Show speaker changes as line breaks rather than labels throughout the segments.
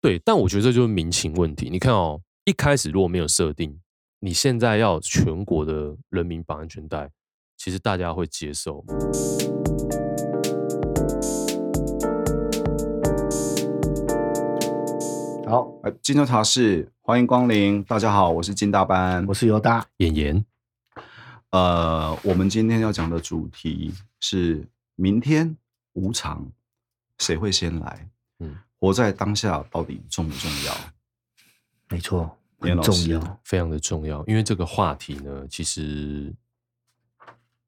对，但我觉得这就是民情问题。你看哦，一开始如果没有设定，你现在要全国的人民绑安全带，其实大家会接受。
好，呃，金州茶室，欢迎光临，大家好，我是金大班
我。是尤大，
演员
呃，我们今天要讲的主题是明天无常，谁会先来？
嗯
嗯，活在当下到底重不重要？
没错，
严
很
老
重
师
要。
非常的重要，因为这个话题呢，其实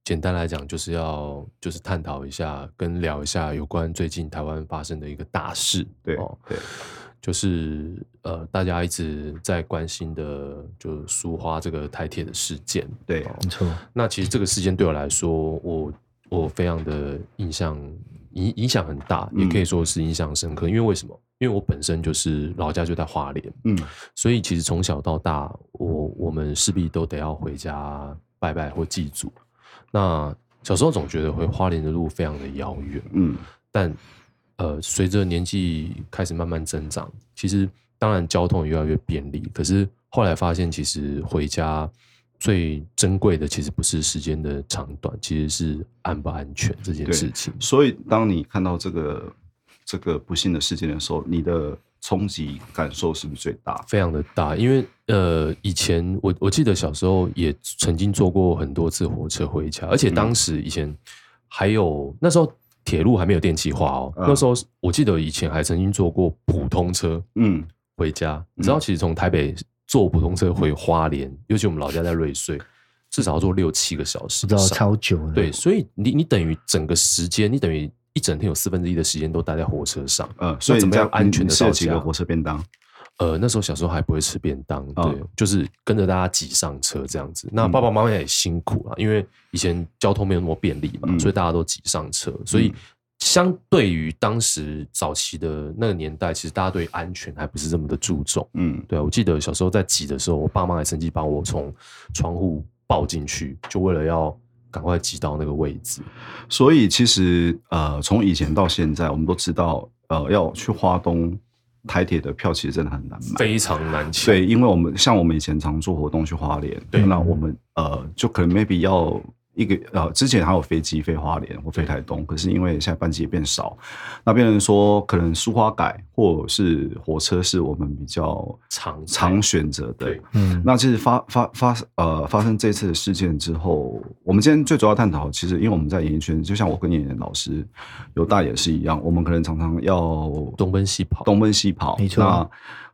简单来讲，就是要就是探讨一下，跟聊一下有关最近台湾发生的一个大事。哦
对、对，
就是呃，大家一直在关心的，就苏花这个台铁的事件。
对
没错，
那其实这个事件对我来说，我我非常的印象影影响很大，也
嗯
可以说是印象深刻。因为为什么？因为我本身就是老家就在花莲，
嗯，
所以其实从小到大，我我们势必都得要回家拜拜或祭祖。那小时候总觉得回花莲的路非常的遥远，
嗯，
但呃，随着年纪开始慢慢增长，其实当然交通也越来越便利。可是后来发现，其实回家最珍贵的其实不是时间的长短，其实是安不安全这件
对
事情。
所以当你看到这个这个不幸的事件的时候，你的冲击感受是不是最大？
非常的大，因为呃，以前我我记得小时候也曾经坐过很多次火车回家，而且
嗯
当时以前还有、那时候铁路还没有电气化哦，
嗯
那时候我记得以前还曾经坐过普通车
嗯，
回家，你
嗯
知道，其实从台北坐普通车回花莲，尤其我们老家在瑞穗，至少要坐六七个小时
不
以
知道
上，
超久了。
对，所以你你等于整个时间，你等于一整天有四分之一的时间都待在火车上，
呃，所以
怎
你
么
在
样安全
你
的
吃
到
了几
家
个？火车便当？
呃，那时候小时候还不会吃便当，对，
哦
嗯
就是跟着大家挤上车这样子。那
嗯
爸爸妈妈也辛苦了，因为以前交通没有那么便利嘛，
嗯
所以大家都挤上车。所
嗯
以相对于当时早期的那个年代，其实大家对安全还不是这么的注重。
嗯，
对啊，我记得小时候在挤的时候，我爸妈还生气把我从窗户抱进去，就为了要赶快挤到那个位置。
所以其实呃，从以前到现在，我们都知道，呃，要去花东台铁的票其实真的很难买。
非常难抢。
对，因为我们像我们以前常做活动去花莲，
对
那我们呃就可能 maybe 要一个呃之前还有飞机飞花莲或飞台
嗯
东，可是因为现在班机也变少，那变成说可能苏花改或者是火车是我们比较
常
常选择的
对。
嗯，
那其实发发发呃发生这次的事件之后，我们今天最主要探讨，其实因为我们在演艺圈，就像我跟演员老师有大也是一样，我们可能常常要
东奔西跑，
东奔西跑，
没错
那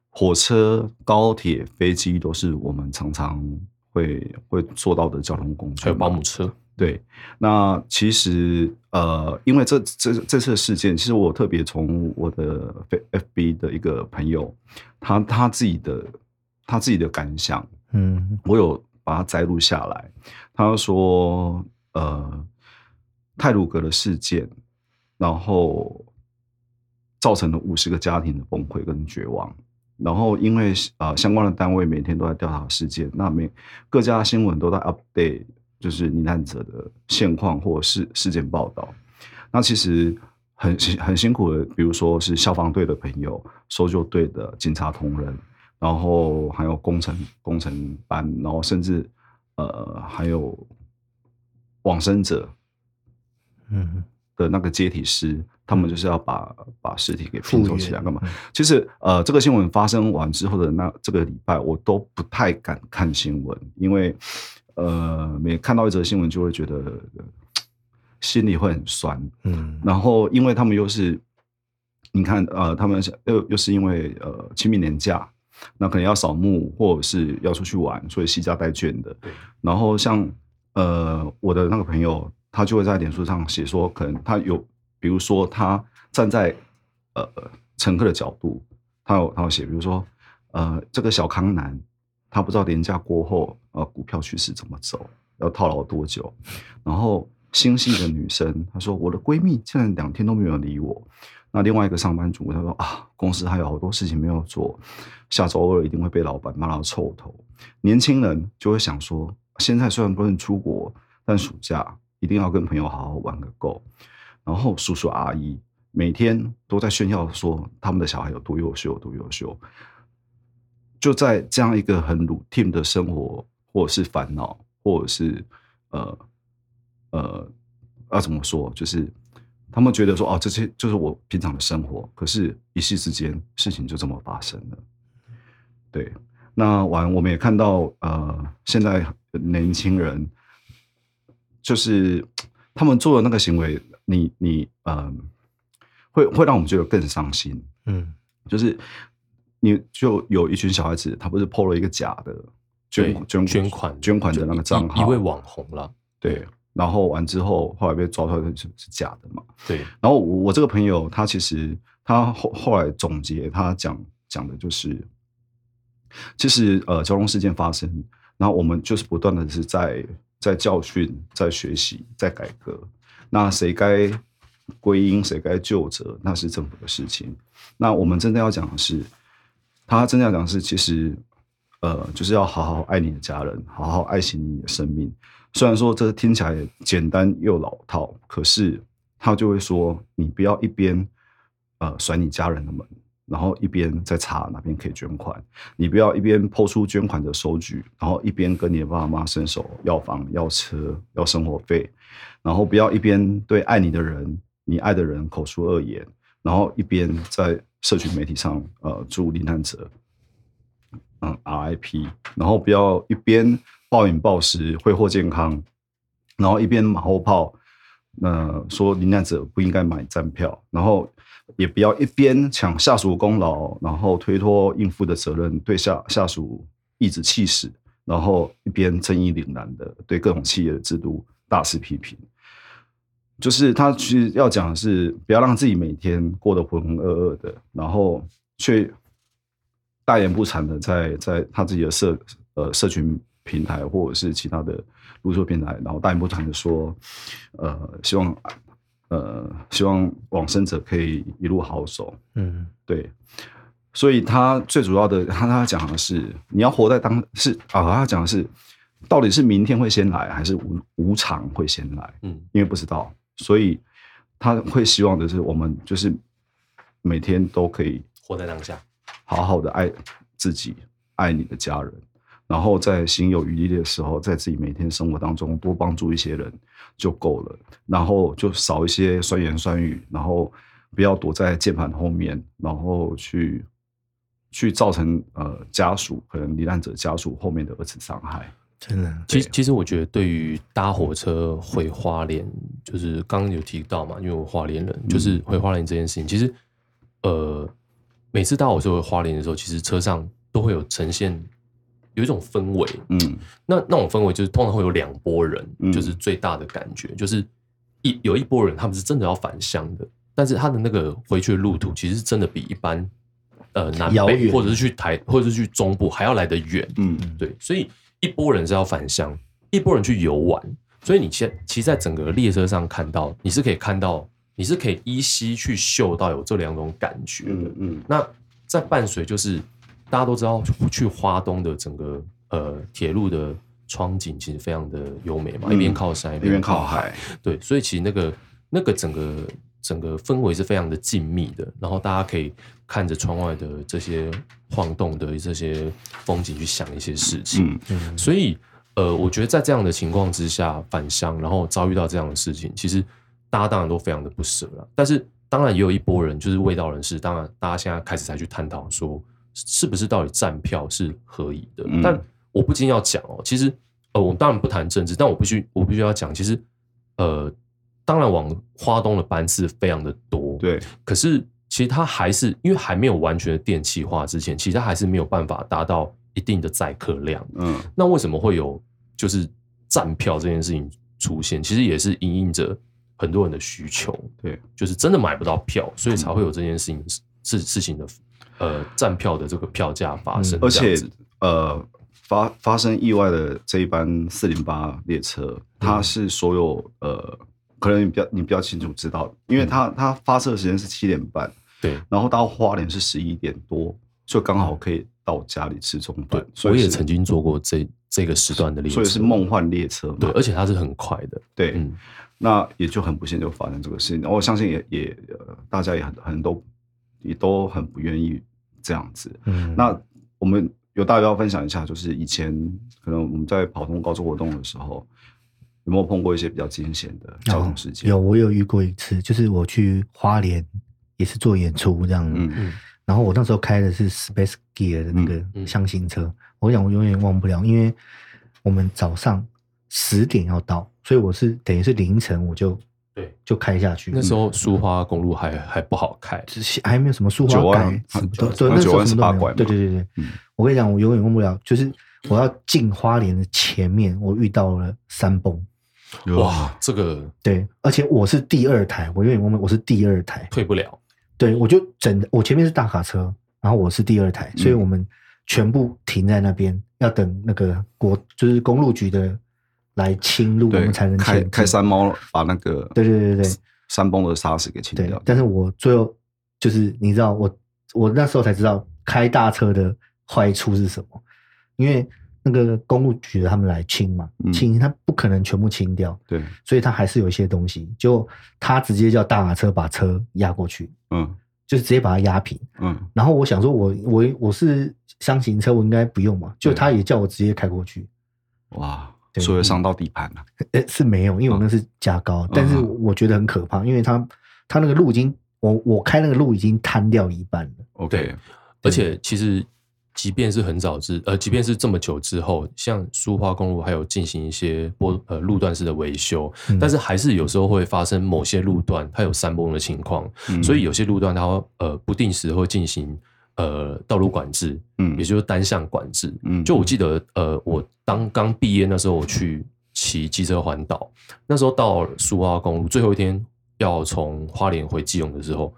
火车、高铁、飞机都是我们常常会会做到的交通工具。
还有保姆车。
对，那其实呃，因为这这这次的事件，其实我特别从我的 F B 的一个朋友，他他自己的他自己的感想，
嗯，
我有把它摘录下来。他说，呃，泰鲁格的事件，然后造成了五十个家庭的崩溃跟绝望。然后因为呃相关的单位每天都在调查事件，那每各家新闻都在 update，就是罹难者的现况或事事件报道。那其实很辛很辛苦的，比如说是消防队的朋友、搜救队的警察同仁，然后还有工程工程班，然后甚至呃还有往生者
嗯，
的那个接体师，他们就是要把把尸体给拼凑起来干嘛？
嗯？
其实呃，这个新闻发生完之后的那这个礼拜，我都不太敢看新闻，因为呃，每看到一则新闻就会觉得呃心里会很酸。
嗯，
然后，因为他们又是你看呃，他们是又又是因为呃清明年假，那可能要扫墓或者是要出去玩，所以惜家带眷的。然后像呃我的那个朋友，他就会在脸书上写说，可能他有，比如说他站在呃乘客的角度，他有他有写，比如说呃这个小康男，他不知道廉价过后呃股票趋势怎么走，要套牢多久，然后。星系的女生，她说：“我的闺蜜竟然两天都没有理我。”那另外一个上班族，他说：“啊，公司还有好多事情没有做，下周二一定会被老板骂到臭头。”年轻人就会想说，现在虽然不能出国，但暑假一定要跟朋友好好玩个够。然后叔叔阿姨每天都在炫耀说他们的小孩有多优秀，有多优秀。就在这样一个很 routine 的生活，或者是烦恼，或者是呃呃，要怎么说？就是他们觉得说，哦，这些就是我平常的生活。可是，一夕之间，事情就这么发生了。对，那完我们也看到，呃，现在年轻人就是他们做的那个行为，你你呃，会会让我们觉得更伤心。
嗯
就是你就有一群小孩子，他不是 PO 了一个假的捐
对
捐
捐款
捐款的
就
那
一
个账
一一
号，
位网红啦，
对，然后完之后后来被抓出来是是假的嘛，
对，
然后我我这个朋友他其实他后后来总结他讲讲的就是，其实呃交通事件发生，然后我们就是不断的是在在教训、在学习、在改革。那谁该归因，谁该就责，那是政府的事情。那我们真的要讲的是，他真的要讲的是，其实呃就是要好好爱你的家人，好好爱惜你的生命。虽然说这听起来简单又老套，可是他就会说，你不要一边呃甩你家人的门，然后一边在查哪边可以捐款，你不要一边抛出捐款的收据，然后一边跟你的爸妈伸手要房、要车、要生活费，然后不要一边对爱你的人、你爱的人口出恶言，然后一边在社群媒体上呃祝罹难者嗯 RIP，然后不要一边暴饮暴食挥霍健康，然后一边马后炮，那、说罹难者不应该买站票，然后也不要一边抢下属的功劳，然后推脱应付的责任对下下属颐指气使，然后一边正义凛然的对各种企业的制度大肆批评。就是他其实要讲的是，不要让自己每天过得浑浑噩噩的，然后却大言不惭的在在他自己的社呃社群平台或者是其他的录作平台，然后大言不惭的说，呃，希望呃希望往生者可以一路好走，
嗯
对，所以他最主要的，他他讲的是你要活在当是啊，他讲的是到底是明天会先来，还是无无常会先来？
嗯，
因为不知道，所以他会希望的是我们就是每天都可以
活在当下，
好好的爱自己，爱你的家人，然后在心有余力的时候，在自己每天生活当中多帮助一些人就够了，然后就少一些酸言酸语，然后不要躲在键盘后面，然后去去造成呃家属可能罹难者家属后面的二次伤害。
真的，
其实，其实我觉得对于搭火车回花莲，就是刚刚有提到嘛，因为我花莲人，就是回花莲这件事情，其实呃，每次搭火车回花莲的时候，其实车上都会有呈现有一种氛围，
嗯
那那种氛围就是通常会有两拨人，
嗯
就是最大的感觉，就是一有一拨人他们是真的要返乡的，但是他的那个回去的路途其实是真的比一般呃南
遥
北
远
或者是去台或者是去中部还要来得远，
嗯
对，所以一拨人是要返乡，一拨人去游玩，所以你其其实在整个列车上看到，你是可以看到，你是可以依稀去嗅到有这两种感觉的。
嗯嗯
那在伴随就是大家都知道去花东的整个呃铁路的窗景其实非常的优美嘛，
嗯
一边靠山一
那边
边
靠，海，
对，所以其实那个那个整个整个氛围是非常的静谧的，然后大家可以看着窗外的这些晃动的这些风景去想一些事情，
嗯
嗯
所以，呃，我觉得在这样的情况之下返乡，然后遭遇到这样的事情，其实大家当然都非常的不舍了。但是，当然也有一波人就是未到人士，当然大家现在开始才去探讨说，是不是到底站票是合宜的？
嗯
但我不禁要讲哦，其实，呃，我们当然不谈政治，但我必须我必须要讲，其实，呃，当然往花东的班次非常的多，
对，
可是其实它还是因为还没有完全的电气化之前，其实它还是没有办法达到一定的载客量。
嗯
那为什么会有就是站票这件事情出现？其实也是因应着很多人的需求，
对，嗯
就是真的买不到票，所以才会有这件事情事事情的呃站票的这个票价发生、
嗯
而
这样
且
子
呃，发发生意外的这一班四零八列车，
嗯
它是所有呃，可能你比较你比较清楚知
嗯
道，因为它它发射的时间是七点半，
对
然后到花莲是十一点多，就刚好可以到家里吃中饭
对。，
所
我
以
也
是
曾经坐过这这个时段的列车，
所以是梦幻列车嘛。
对，而且它是很快的，
对，
嗯，
那也就很不幸就发生这个事情。然后我相信也也、呃、大家也很很都也都很不愿意这样子。
嗯
那我们有大家要分享一下，就是以前可能我们在跑通高速活动的时候，有没有碰过一些比较惊险的交通事
哦
件？
有，我有遇过一次，就是我去花莲也是做演出这样，
嗯
嗯
然后我那时候开的是 Space Gear 的那
嗯
个箱型车，我想我永远忘不了，因为我们早上十点要到，所以我是等于是凌晨我就
对。
就开下去，
那时
嗯
候苏花公路还还不好开，
只是还没有什么塑
九
化
万
改，什么都
啊
都
九
那时候
万
什
十
么
八
都没
拐
有。
嘛
对对对对，
嗯
我跟你讲，我永远忘不了，就是我要进花莲的前面，我遇到了山崩。
哇，这个
对，而且我是第二台，我永远忘不了，我是第二台。
退不了，
对，我就整我前面是大卡车，然后我是第二台，所以
嗯
我们全部停在那边，要等那个国就是公路局的来清路，我
对
们才能，前
开
进
开。山猫把那个
对对对对对
山崩的沙石给清
对
掉，。
但是我最后就是你知道，我我那时候才知道开大车的坏处是什么，因为那个公路局的他们来清嘛，
嗯
清他不可能全部清掉，
对，
所以他还是有一些东西，就他直接叫大卡车把车压过去，
嗯
就是直接把它压平。
嗯
然后我想说我，我我是箱型车，我应该不用嘛，就
对
他也叫我直接开过去，
哇，
对嗯
所以伤到底盘啊了。
呃，是没有，因为我那是加高，但是
嗯
我觉得很可怕，因为他他那个路已经，我我开那个路已经瘫掉一半了。
OK，
而
嗯
且其实即便是很早之呃，即便是这么久之后，像苏花公路还有进行一些波呃路段式的维修，
嗯
但是还是有时候会发生某些路段它有山崩的情况，
嗯
所以有些路段它会呃不定时会进行呃道路管制，
嗯
也就是单向管制。
嗯
就我记得，呃，我当刚毕业那时候，我去骑机车环岛，那时候到苏花公路最后一天要从花莲回基隆的时候，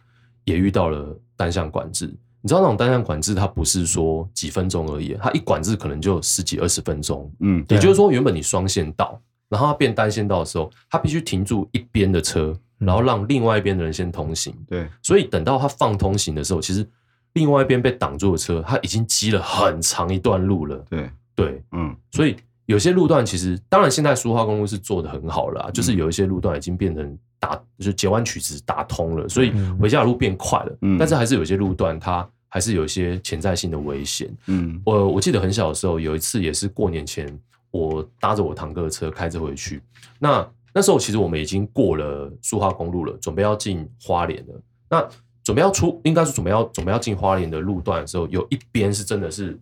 也遇到了单向管制。你知道那种单向管制，它不是说几分钟而已，它一管制可能就十几二十分钟。
嗯
对
也
啊
就是说，原本你双线道，然后它变单线道的时候，它必须停住一边的车，然
嗯
后让另外一边的人先通行。
对
所以等到它放通行的时候，其实另外一边被挡住的车，它已经积了很长一段路了。
对
对，
嗯
所以有些路段其实，当然现在苏花公路是做的很好了啊、就是有一些路段已经变成打，就是截弯曲直打通了，所以
嗯
回家的路变快了。
嗯
但是还是有些路段它还是有一些潜在性的危险。
嗯
呃我我记得很小的时候，有一次也是过年前，我搭着我堂哥的车开车回去。那那时候其实我们已经过了苏花公路了，准备要进花莲了。那准备要出，应该是准备要准备要进花莲的路段的时候，有一边是真的是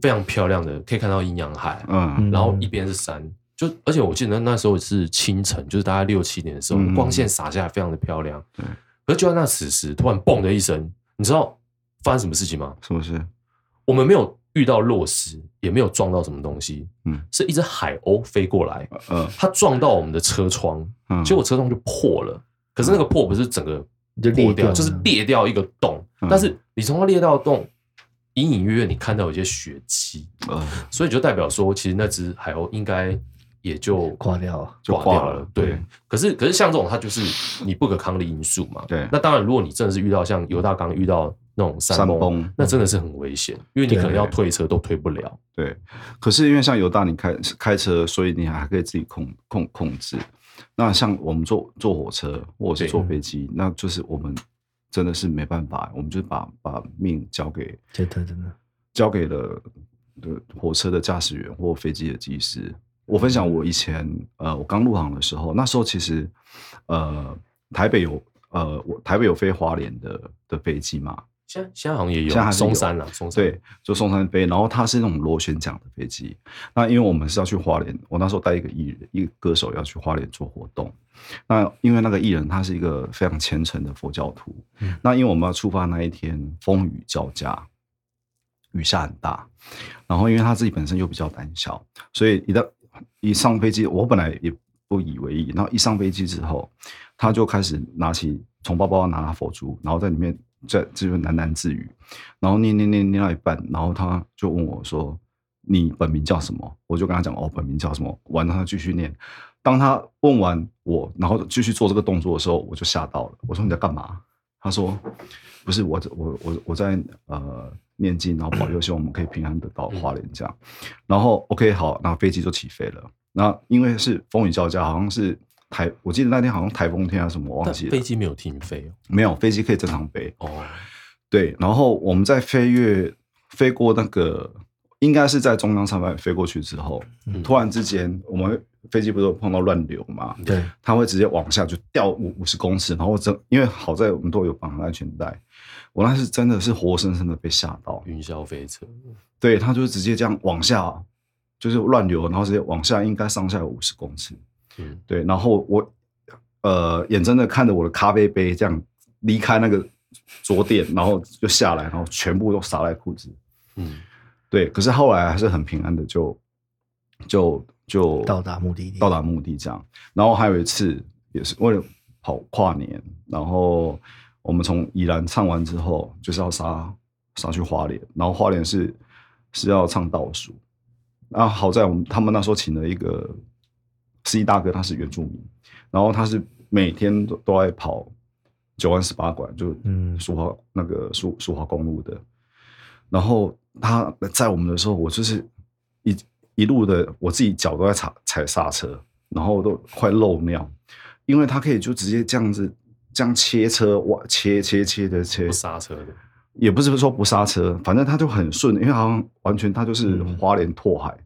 非常漂亮的，可以看到阴阳海，
嗯
嗯
然后一边是山。就而且我记得那时候是清晨，就是大概六七点的时候，
嗯
光线洒下来非常的漂亮。
对
可是就在那此时，突然嘣的一声，你知道发生什么事情吗？
什么事？
我们没有遇到落石，也没有撞到什么东西，
嗯
是一只海鸥飞过来，
呃
它撞到我们的车窗，
嗯，
结果车窗就破了。可是那个破不是整个
就裂
破
掉
掉，
了
就是裂掉一个洞，
嗯
但是你从它裂到的洞，隐隐约约你看到有一些血迹，
呃
所以就代表说，其实那只海鸥应该也就
挂掉了
就
挂掉
挂
了
了。
对
对，
可是可是像这种，它就是你不可抗力因素嘛。
对
那当然，如果你真的是遇到像犹大刚遇到那种山
山
崩，
崩嗯
那真的是很危险，因为你可能
对
要退车都退不了。
对，可是因为像犹大你开开车，所以你还可以自己控控控制。那像我们坐坐火车或者
对
是坐飞机，那就是我们真的是没办法，我们就把把命交给
真的真的，
交给了的火车的驾驶员或飞机的机师。我分享我以前呃，我刚入行的时候，那时候其实呃，台北有呃，我台北有飞花莲的的飞机嘛，
现在现在好像也
现在
有
还是有
松山了，松山
对，就松山飞，然后它是那种螺旋桨的飞机。那因为我们是要去花莲，我那时候带一个艺人，一个歌手要去花莲做活动。那因为那个艺人他是一个非常虔诚的佛教徒，
嗯
那因为我们要出发那一天风雨交加，雨下很大，然后因为他自己本身又比较胆小，所以一到一上飞机，我本来也不以为意，然后一上飞机之后，他就开始拿起从包包拿佛珠，然后在里面在就是喃喃自语，然后念念念念到一半，然后他就问我说：“你本名叫什么？”我就跟他讲：“哦，本名叫什么。”完了，他继续念。当他问完我，然后继续做这个动作的时候，我就吓到了。我说：“你在干嘛？”他说：“不是我，我我我在呃念经，然后保佑，希望我们可以平安的到花莲这样。然后 OK 好，那飞机就起飞了。那因为是风雨交加，好像是台，我记得那天好像台风天啊什么，我忘
但
记
飞
了。
机没有停飞
没有飞机可以正常飞，
哦，哦
对，然后我们在飞越飞过那个，应该是在中央山脉飞过去之后，
嗯
突然之间，我们飞机不是有碰到乱流嘛，
对，
它会直接往下就掉五五十公尺，然后我真因为好在我们都有绑安全带，我那是真的是活生生的被吓到，
云霄飞车，
对，它就是直接这样往下，就是乱流，然后直接往下，应该上下有五十公尺，
嗯，
对，然后我呃眼睁睁地看着我的咖啡杯这样离开那个桌垫，然后就下来，然后全部都洒在裤子。
嗯，
对，可是后来还是很平安的就，就就
到达目的地
到达目的这样。然后还有一次也是为了跑跨年，然后我们从宜兰唱完之后，就是要杀杀去花莲，然后花莲是是要唱倒数。那好在我们他们那时候请了一个司仪大哥，他是原住民，然后他是每天都都在跑九弯十八拐，就
嗯
苏花那个苏苏花公路的。然后他载我们的时候，我就是一一路的，我自己脚都在踩踩刹车，然后都快漏尿，因为他可以就直接这样子这样切车，哇，切切切的切
不，刹车的，
也不是说不刹车，反正他就很顺，因为好像完全他就是
嗯
花莲拓海、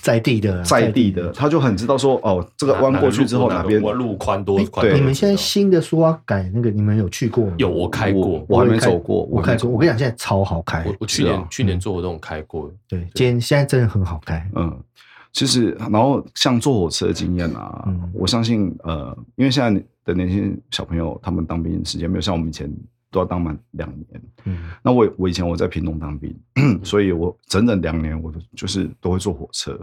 在地的啦
在地的，他就很知道说哦，这个
哪
弯过去之后
嗯哪
哪
个
边
路哪个路宽多
哎
宽多
对
知道？
你们现在新的苏花改那个，你们有去过吗？
有我开过，
我
我
还没
也开
走过我
我
还
开
没
过。我跟你讲，现在超好开，
我去
是啊
年去年做活动开过，
对，今天现在真的很好开。
嗯，其实然后像坐火车的经验啊，
嗯
我相信呃，因为现在的年轻小朋友他们当兵时间没有像我们以前都要当满两年，
嗯，
那我我以前我在屏东当兵，所以我整整两年我都就是都会坐火车，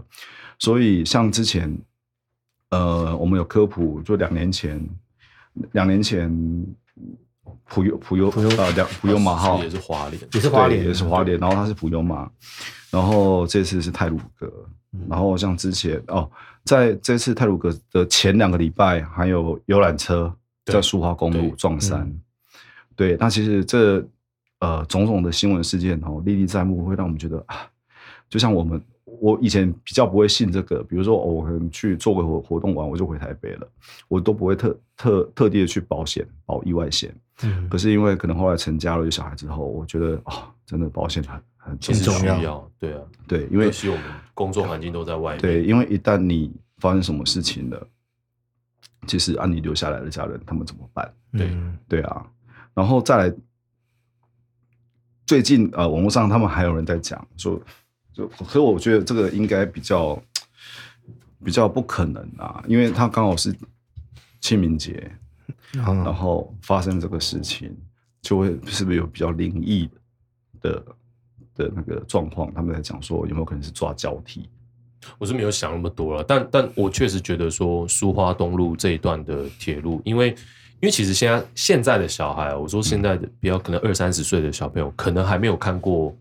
所以像之前，呃，我们有科普，就两年前，两年前普悠普悠
普悠
呃两普悠马号
也啊是花莲，
也是花莲
对也是花莲，然后它是普悠玛，然后这次是泰鲁阁，然后像之前哦，在这次泰鲁阁的前两个礼拜，还有游览车
对
在苏花公
对
路撞山，对，那其实这呃种种的新闻事件哦，历历在目，会让我们觉得啊，就像我们。我以前比较不会信这个，比如说、哦我可能去做个活活动完，我就回台北了，我都不会特特特地的去保险保意外险。
嗯
可是因为可能后来成家了有小孩之后，我觉得哦，真的保险很很
其
重
实
很
需
重要
要，对啊，
对，因
因
为
为其我们工作环境都在外面，
对，因为一旦你发生什么事情了，其实啊按、你留下来的家人他们怎么办？
对
嗯
对啊，然后再来，最近呃，网络上他们还有人在讲说，就可是我觉得这个应该比较比较不可能啊，因为他刚好是清明节，然
嗯，
后发生这个事情，就会是不是有比较灵异的的那个状况？他们在讲说有没有可能是抓交替？
我是没有想那么多了，但但我确实觉得说苏花东路这一段的铁路，因为因为其实现在现在的小孩，啊我说现在
嗯
的比较可能二三十岁的小朋友，可能还没有看过，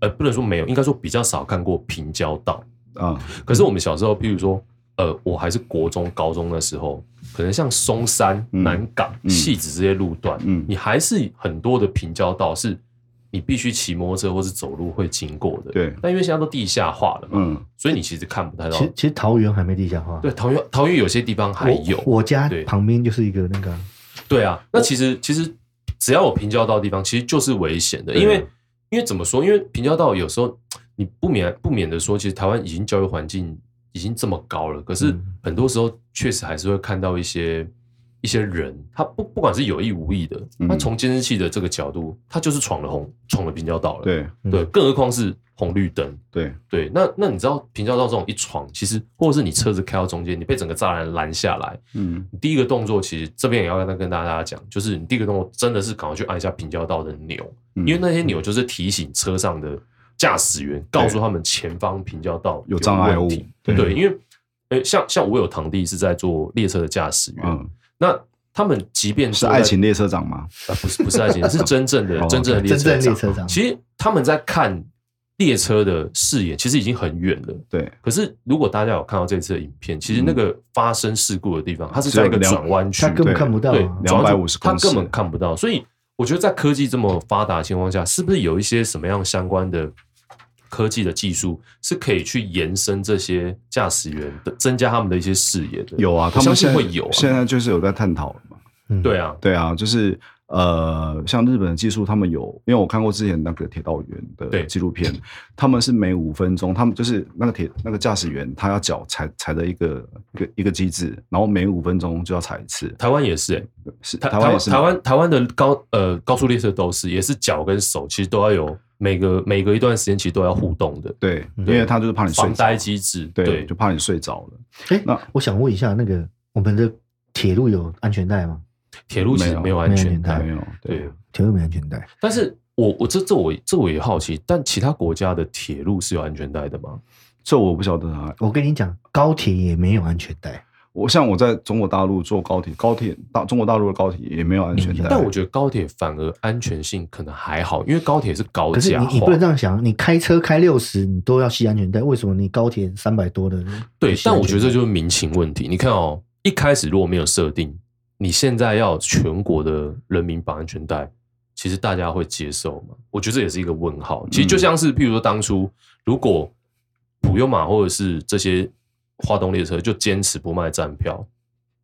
呃，不能说没有，应该说比较少看过平交道。
啊、
可是我们小时候，譬如说，呃，我还是国中、高中的时候，可能像松山、
嗯
南港、
嗯
戏子这些路段，
嗯
你还是很多的平交道是你必须骑摩托车或是走路会经过的。
对
但因为现在都地下化了嘛，
嗯
所以你其实看不太到
其。实其实桃园还没地下化，
对，桃园桃园有些地方还
我
有，
我家
对
旁边就是一个那个
对啊，那其实其实只要有平交道的地方，其实就是危险的，
对啊
因为因为怎么说？因为平交道有时候你不免不免的说，其实台湾已经教育环境已经这么高了，可是
嗯
很多时候确实还是会看到一些一些人，他不不管是有意无意的，
嗯
他从监视器的这个角度，他就是闯了红闯了平交道了，
对
对，更何况是红绿灯，
对
对，那那你知道平交道这种一闯，其实或者是你车子开到中间，你被整个栅栏拦下来，
嗯
你第一个动作其实这边也要跟大家讲，就是你第一个动作真的是赶快去按一下平交道的钮，
嗯
因为那些钮就是提醒车上的驾驶员，告诉他们前方平交道
有障碍物
问题
对
对，因为呃，像像我有堂弟是在做列车的驾驶员，
嗯，
那他们即便
是
说在
爱情列车长吗？
啊，不是不是爱 情，是真正的
哦
真正的列
真
车
正列
长。
车长，
其实他们在看列车的视野，其实已经很远了。
对，嗯
可是，如果大家有看到这次的影片，其实那个发生事故的地方，它是在一个
只有两
转弯区
他，根本
对
看不到啊，
对，
两
转弯
百
处
五十
他
公尺
根本看不到，所以我觉得在科技这么发达的情况下，是不是有一些什么样相关的科技的技术是可以去延伸这些驾驶员的，增加他们的一些视野的？
有啊，
我
他
相
们
信
现在
会有啊
现在就是有在探讨了嘛。
嗯
对啊，
对啊，就是呃，像日本的技术，他们有，因为我看过之前那个铁道员
对
的纪录片，他们是每五分钟，他们就是那个铁那个驾驶员，他要脚踩踩的一个一个一个机制，然后每五分钟就要踩一次。
台湾也是、欸，
是
台
台湾也是
台
吗
湾台湾的高呃高速列车都是，也是脚跟手其实都要有每个每隔一段时间其实都要互动的，
对，因
对
为他就是怕你睡
防呆
着，
机制，
对，就怕你睡着了。
哎
那，
我想问一下，那个我们的铁路有安全带吗？
铁路其实没有安全带
对，
没有，对
对，。
铁路没安全带，
但是我我这这我这我也好奇，但其他国家的铁路是有安全带的吗？
这我不晓得啊。
我跟你讲，高铁也没有安全带。
我像我在中国大陆坐高铁，高铁大中国大陆的高铁也没有安全带。
嗯但我觉得高铁反而安全性可能还好，因为高铁是高
可是
架
你你
化
不。能这样想，你开车开六十，你都要系安全带，为什么你高铁三百多的？
对
不，系安全带
但我觉得这就是民情问题。你看哦，一开始如果没有设定，你现在要全国的人民绑安全带，其实大家会接受吗？我觉得这也是一个问号。其实
嗯
就像是，譬如说当初如果普悠玛或者是这些华东列车就坚持不卖站票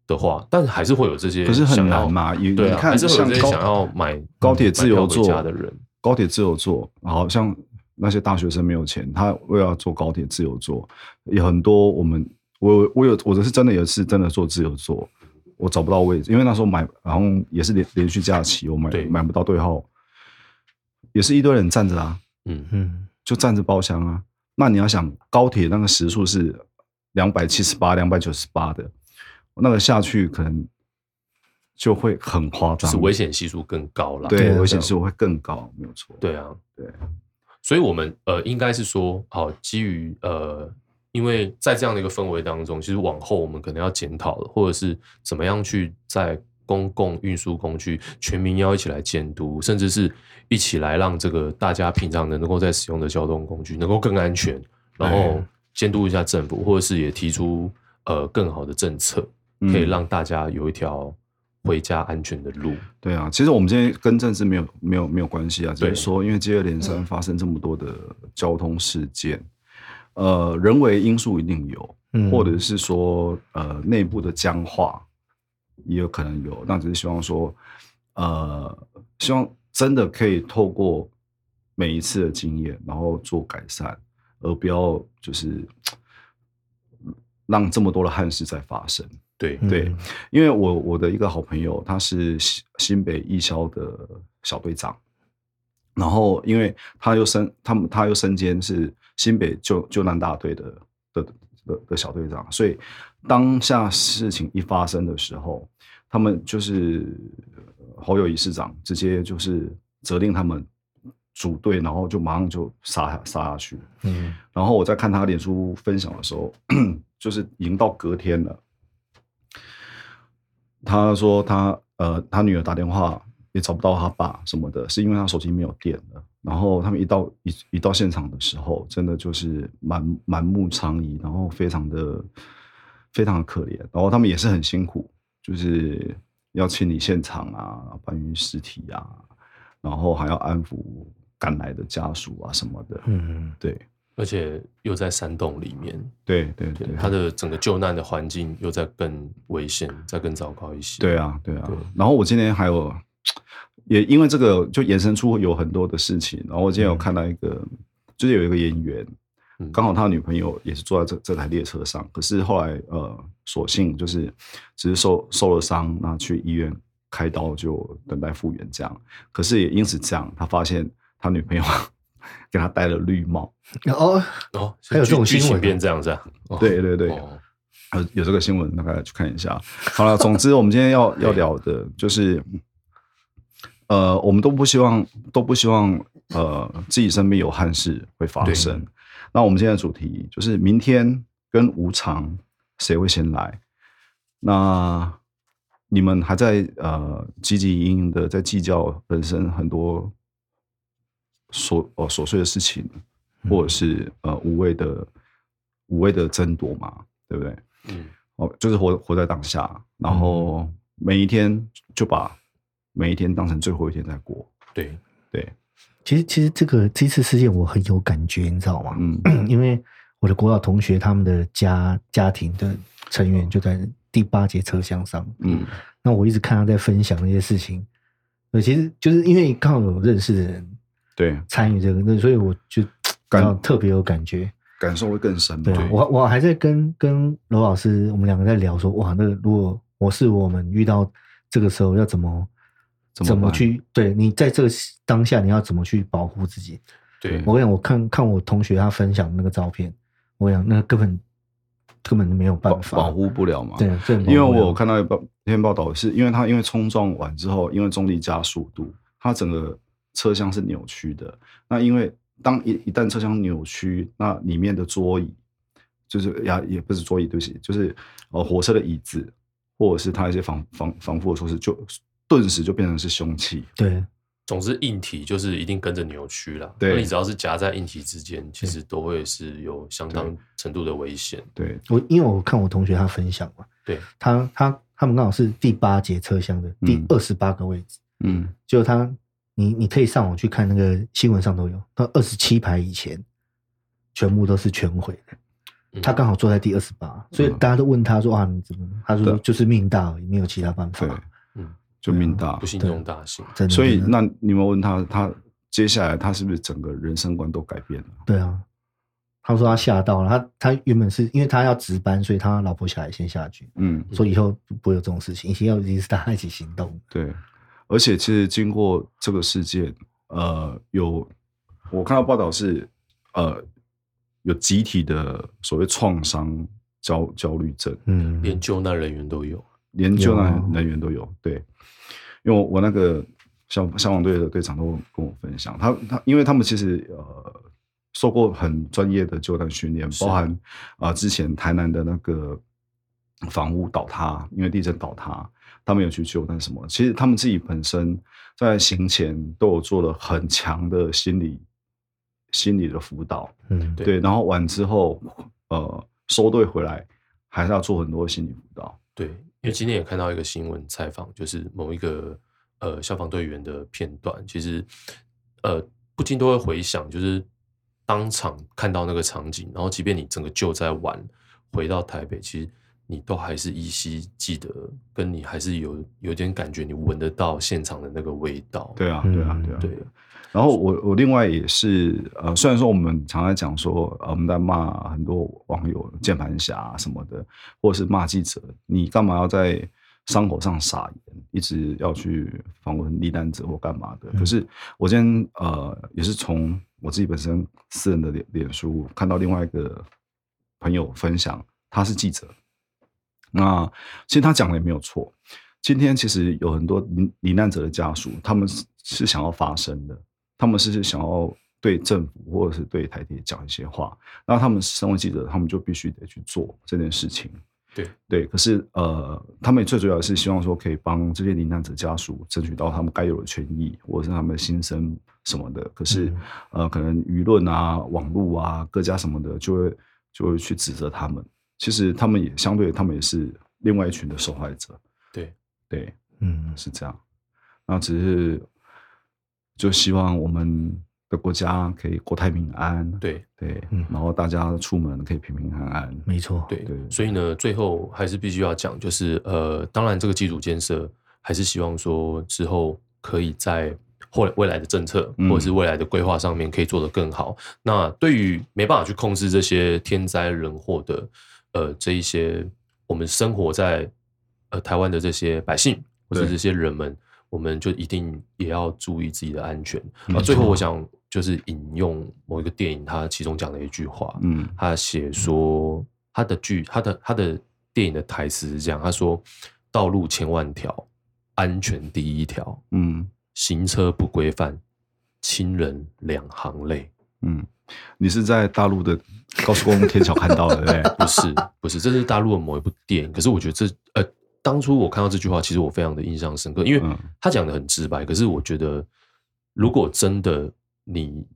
的话，但还是会有这些
可是很
想要
难嘛，你
对
你
啊，还
看
是会有
像
这些
高
想要买
高铁自由
买票
坐
回家的人，
高铁自由坐，好像那些大学生没有钱，他为了要坐高铁自由坐，有很多我们我我有我的是真的也是真的坐自由坐，我找不到位置，因为那时候买，然后也是连连续假期，我买
对
买不到对号，也是一堆人站着啊，
嗯，
嗯，
就站着包厢啊。那你要想高铁那个时速是两百七十八、两百九十八的，那个下去可能就会很夸
就
张
是，危险系数更高了。
对
对
危险系数会更高，没有错。
对啊，
对，
所以我们呃，应该是说，好，基于呃，因为在这样的一个氛围当中，其实往后我们可能要检讨了，或者是怎么样去在公共运输工具，全民要一起来监督，甚至是一起来让这个大家平常能够在使用的交通工具能够更安全，然后监督一下政府，或者是也提出呃更好的政策，
嗯
可以让大家有一条回家安全的路。
对啊，其实我们今天跟政治没有没有没有关系啊，只
对
是说因为接二连三发生这么多的交通事件，呃，人为因素一定有，
嗯
或者是说呃内部的僵化也有可能有，那只是希望说呃希望真的可以透过每一次的经验，然后做改善，而不要就是嗯让这么多的憾事再发生。
对，
嗯
对，因为我我的一个好朋友，他是新新北义消的小队长，然后因为他又身他们他又身兼是新北救救难大队的的的的小队长，所以当下事情一发生的时候，他们就是呃侯友谊市长直接就是责令他们组队，然后就马上就杀下杀下去。
嗯
然后我在看他脸书分享的时候， 就是已经到隔天了。他说他呃，他女儿打电话也找不到他爸什么的，是因为他手机没有电了。然后他们一到一一到现场的时候，真的就是满满目疮痍，然后非常的非常的可怜。然后他们也是很辛苦，就是要清理现场啊，搬运尸体啊，然后还要安抚赶来的家属啊什么的。
嗯，
对
而且又在山洞里面，
对对
对
对，
它的整个救难的环境又在更危险，再更糟糕一些。
对啊，对啊
对。
然后我今天还有，也因为这个就延伸出有很多的事情。然后我今天有看到一个，就是有一个演员，
嗯，
刚好他女朋友也是坐在这这台列车上，可是后来呃，所幸就是只是受受了伤，那去医院开刀就等待复原这样。可是也因此这样，他发现他女朋友 给他戴了绿帽。
哦，
哦，
还有这种
剧
新闻
情变这样子啊？哦
对对对，
哦
有有这个新闻，大概去看一下。好了，总之我们今天要要聊的就是，呃，我们都不希望都不希望呃自己身边有憾事会发生。那我们今天的主题就是明天跟无常谁会先来？那你们还在呃汲汲营营的在计较人生很多琐呃琐碎的事情，或者是呃无谓的无谓的争夺嘛，对不对？
嗯，
嗯哦，就是活活在当下，然后每一天就把每一天当成最后一天在过。
对，
对，
其实其实这个这次事件我很有感觉，你知道吗？
嗯
因为我的国小同学他们的家家庭的成员就在第八节车厢上，
嗯
那我一直看他在分享那些事情，呃，其实就是因为刚好有认识的人
对，
参与这个，那所以我就
感
感特别有感觉。
感受会更深吧。
对啊，
对
我我还在跟跟罗老师，我们两个在聊说，哇，那如果我是我们遇到这个时候要怎么
怎么
怎么
办
去？对你在这个当下，你要怎么去保护自己？
对，
我跟你讲，我看看我同学他分享的那个照片，我跟你讲那个根本根本没有办
保
法
保护不了嘛。
对，啊这
因为我有看到一报一篇报道是，因为他因为冲撞完之后，因为重力加速度，它整个车厢是扭曲的。那因为当一一旦车厢扭曲，那里面的桌椅就是呀，也不是桌椅，对不起，就是呃火车的椅子，或者是它一些防防防护的措施，就顿时就变成是凶器。
对
总之硬体就是一定跟着扭曲了。
对
那你只要是夹在硬体之间，其实都会是有相当程度的危险。
对，
我，因为我看我同学他分享嘛，
对，
他他他们刚好是第八节车厢的第
嗯
二十八个位置，
嗯，
就他，你你可以上网去看那个新闻上都有，到二十七排以前，全部都是全毁的。
嗯
他刚好坐在第二十八，所以大家都问他说啊，你怎么？他说
嗯对
就是命大而已，没有其他办
对
法。，
嗯，
就命大
不。幸中大幸。
真的，
所以
真的
那你们问他，他接下来他是不是整个人生观都改变了？
对啊，他说他吓到了，他他原本是因为他要值班，所以他老婆小孩先下去，
嗯，
说以后不会有这种事情，以前要一定是大家一起行动。
对，而且其实经过这个事件，呃，有我看到报道是，呃，有集体的所谓创伤焦焦虑症，
嗯，
连救难人员都有。
连
有
救
啊
难人员都有。对，因为我我那个消消防队的队长都跟我分享，他他因为他们其实呃受过很专业的救难训练，
是
包含啊、呃之前台南的那个房屋倒塌，因为地震倒塌，他们有去救，但什么，其实他们自己本身在行前都有做了很强的心理心理的辅导，
嗯，
对
对，然后完之后呃收队回来还是要做很多心理辅导。
对，因为今天也看到一个新闻采访，就是某一个呃消防队员的片段，其实呃不禁都会回想，就是当场看到那个场景，然后即便你整个救灾完回到台北，其实你都还是依稀记得，跟你还是有有点感觉，你闻得到现场的那个味道。
对啊，对啊，
嗯
对啊，
对
然后我我另外也是呃，虽然说我们常常讲说，呃，我们在骂很多网友键盘侠啊什么的，或者是骂记者，你干嘛要在伤口上撒盐，一直要去访问罹难者或干嘛的？可是我今天呃，也是从我自己本身私人的脸脸书看到另外一个朋友分享，他是记者，那其实他讲的也没有错。今天其实有很多罹罹难者的家属，他们是是想要发声的，他们是想要对政府或者是对台铁讲一些话。那他们身为记者，他们就必须得去做这件事情。
对
对，可是呃，他们最主要的是希望说可以帮这些罹难者家属争取到他们该有的权益，或者是他们的心声什么的。可是、
嗯
呃，可能舆论啊、网络啊、各家什么的，就会就会去指责他们。其实他们也相对，他们也是另外一群的受害者。
对，
对，
嗯，
是这样。那只是就希望我们的国家可以国泰民安，
对
对，
嗯
然后大家出门可以平平安安。
没错，
对
对
所以呢，最后还是必须要讲，就是呃，当然这个基础建设还是希望说之后可以在后来未来的政策
嗯
或者是未来的规划上面可以做得更好。那对于没办法去控制这些天灾人祸的呃这一些我们生活在呃台湾的这些百姓或者
对
这些人们，我们就一定也要注意自己的安全。
没
啊，最后
错
我想就是引用某一个电影它其中讲的一句话，
嗯
他写说他的剧，他的他的电影的台词是这样，他说：“道路千万条，安全第一条；
嗯
行车不规范，亲人两行泪。
嗯，你是在大陆的高速公路天桥看到的，对不 对？
不是不是，这是大陆的某一部电影。可是我觉得这呃，当初我看到这句话，其实我非常的印象深刻，因为
嗯
他讲的很直白。可是我觉得，如果真的你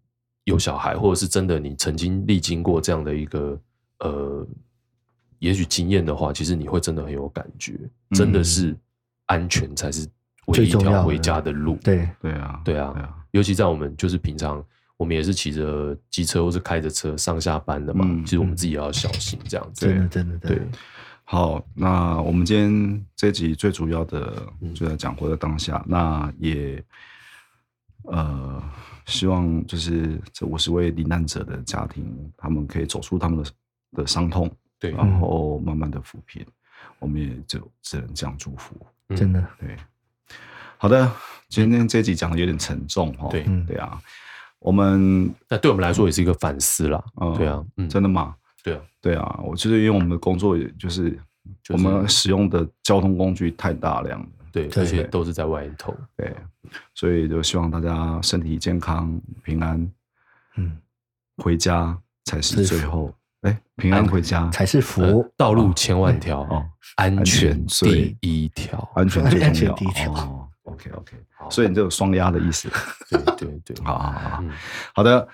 有小孩，或者是真的你曾经历经过这样的一个呃，也许经验的话，其实你会真的很有感觉，真的是安全才是唯一一
嗯最重要
条
的
回家的路。
对，
对啊，
对啊
对啊，
尤其在我们就是平常我们也是骑着机车或是开着车上下班的嘛，
嗯
其实我们自己也要小心这样子。
真的真的真
对
的，
好，那我们今天这集最主要的
嗯
就在讲活在当下，那也呃，希望就是这五十位罹难者的家庭，他们可以走出他们的的伤痛，
对
然后慢慢的抚平，我们也就只能这样祝福。
嗯
真的
对，好的，今天这集讲的有点沉重哈、哦，
对
嗯
对啊，我们、
那对我们来说也是一个反思啦。
呃、
对啊，嗯，
真的吗？
对啊，
对啊，我就是因为我们的工作，也就是
就是
我们使用的交通工具太大量了，
对，
对
而且都是在外头。
对，所以就希望大家身体健康、平安
嗯，
回家才是最后。哎，平安回家，
才是福。
呃道路千万条，
哦
安全
安全最
第一条。
安全最
安
重
全
要。
第一条
哦，OK OK，
好
所以你这有双压的意思。
对对对，
好好好好
嗯，
好的，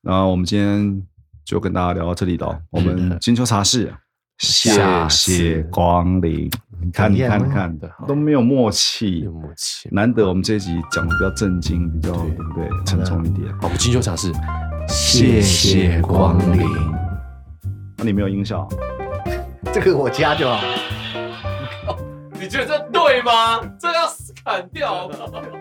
那我们今天就跟大家聊到这里了。我们金秋茶室，谢
下次
谢光临。你看，
怎
你
样
看，
啊
你看，都没有默契
有。默契。
难得我们这一集讲的比较正经，比较
对
对不对？沉重一点。
好，我们金秋茶室，
谢谢光临。
那你没有音效？呃
这个我加就好。
你觉得这对吗？这要砍掉吧。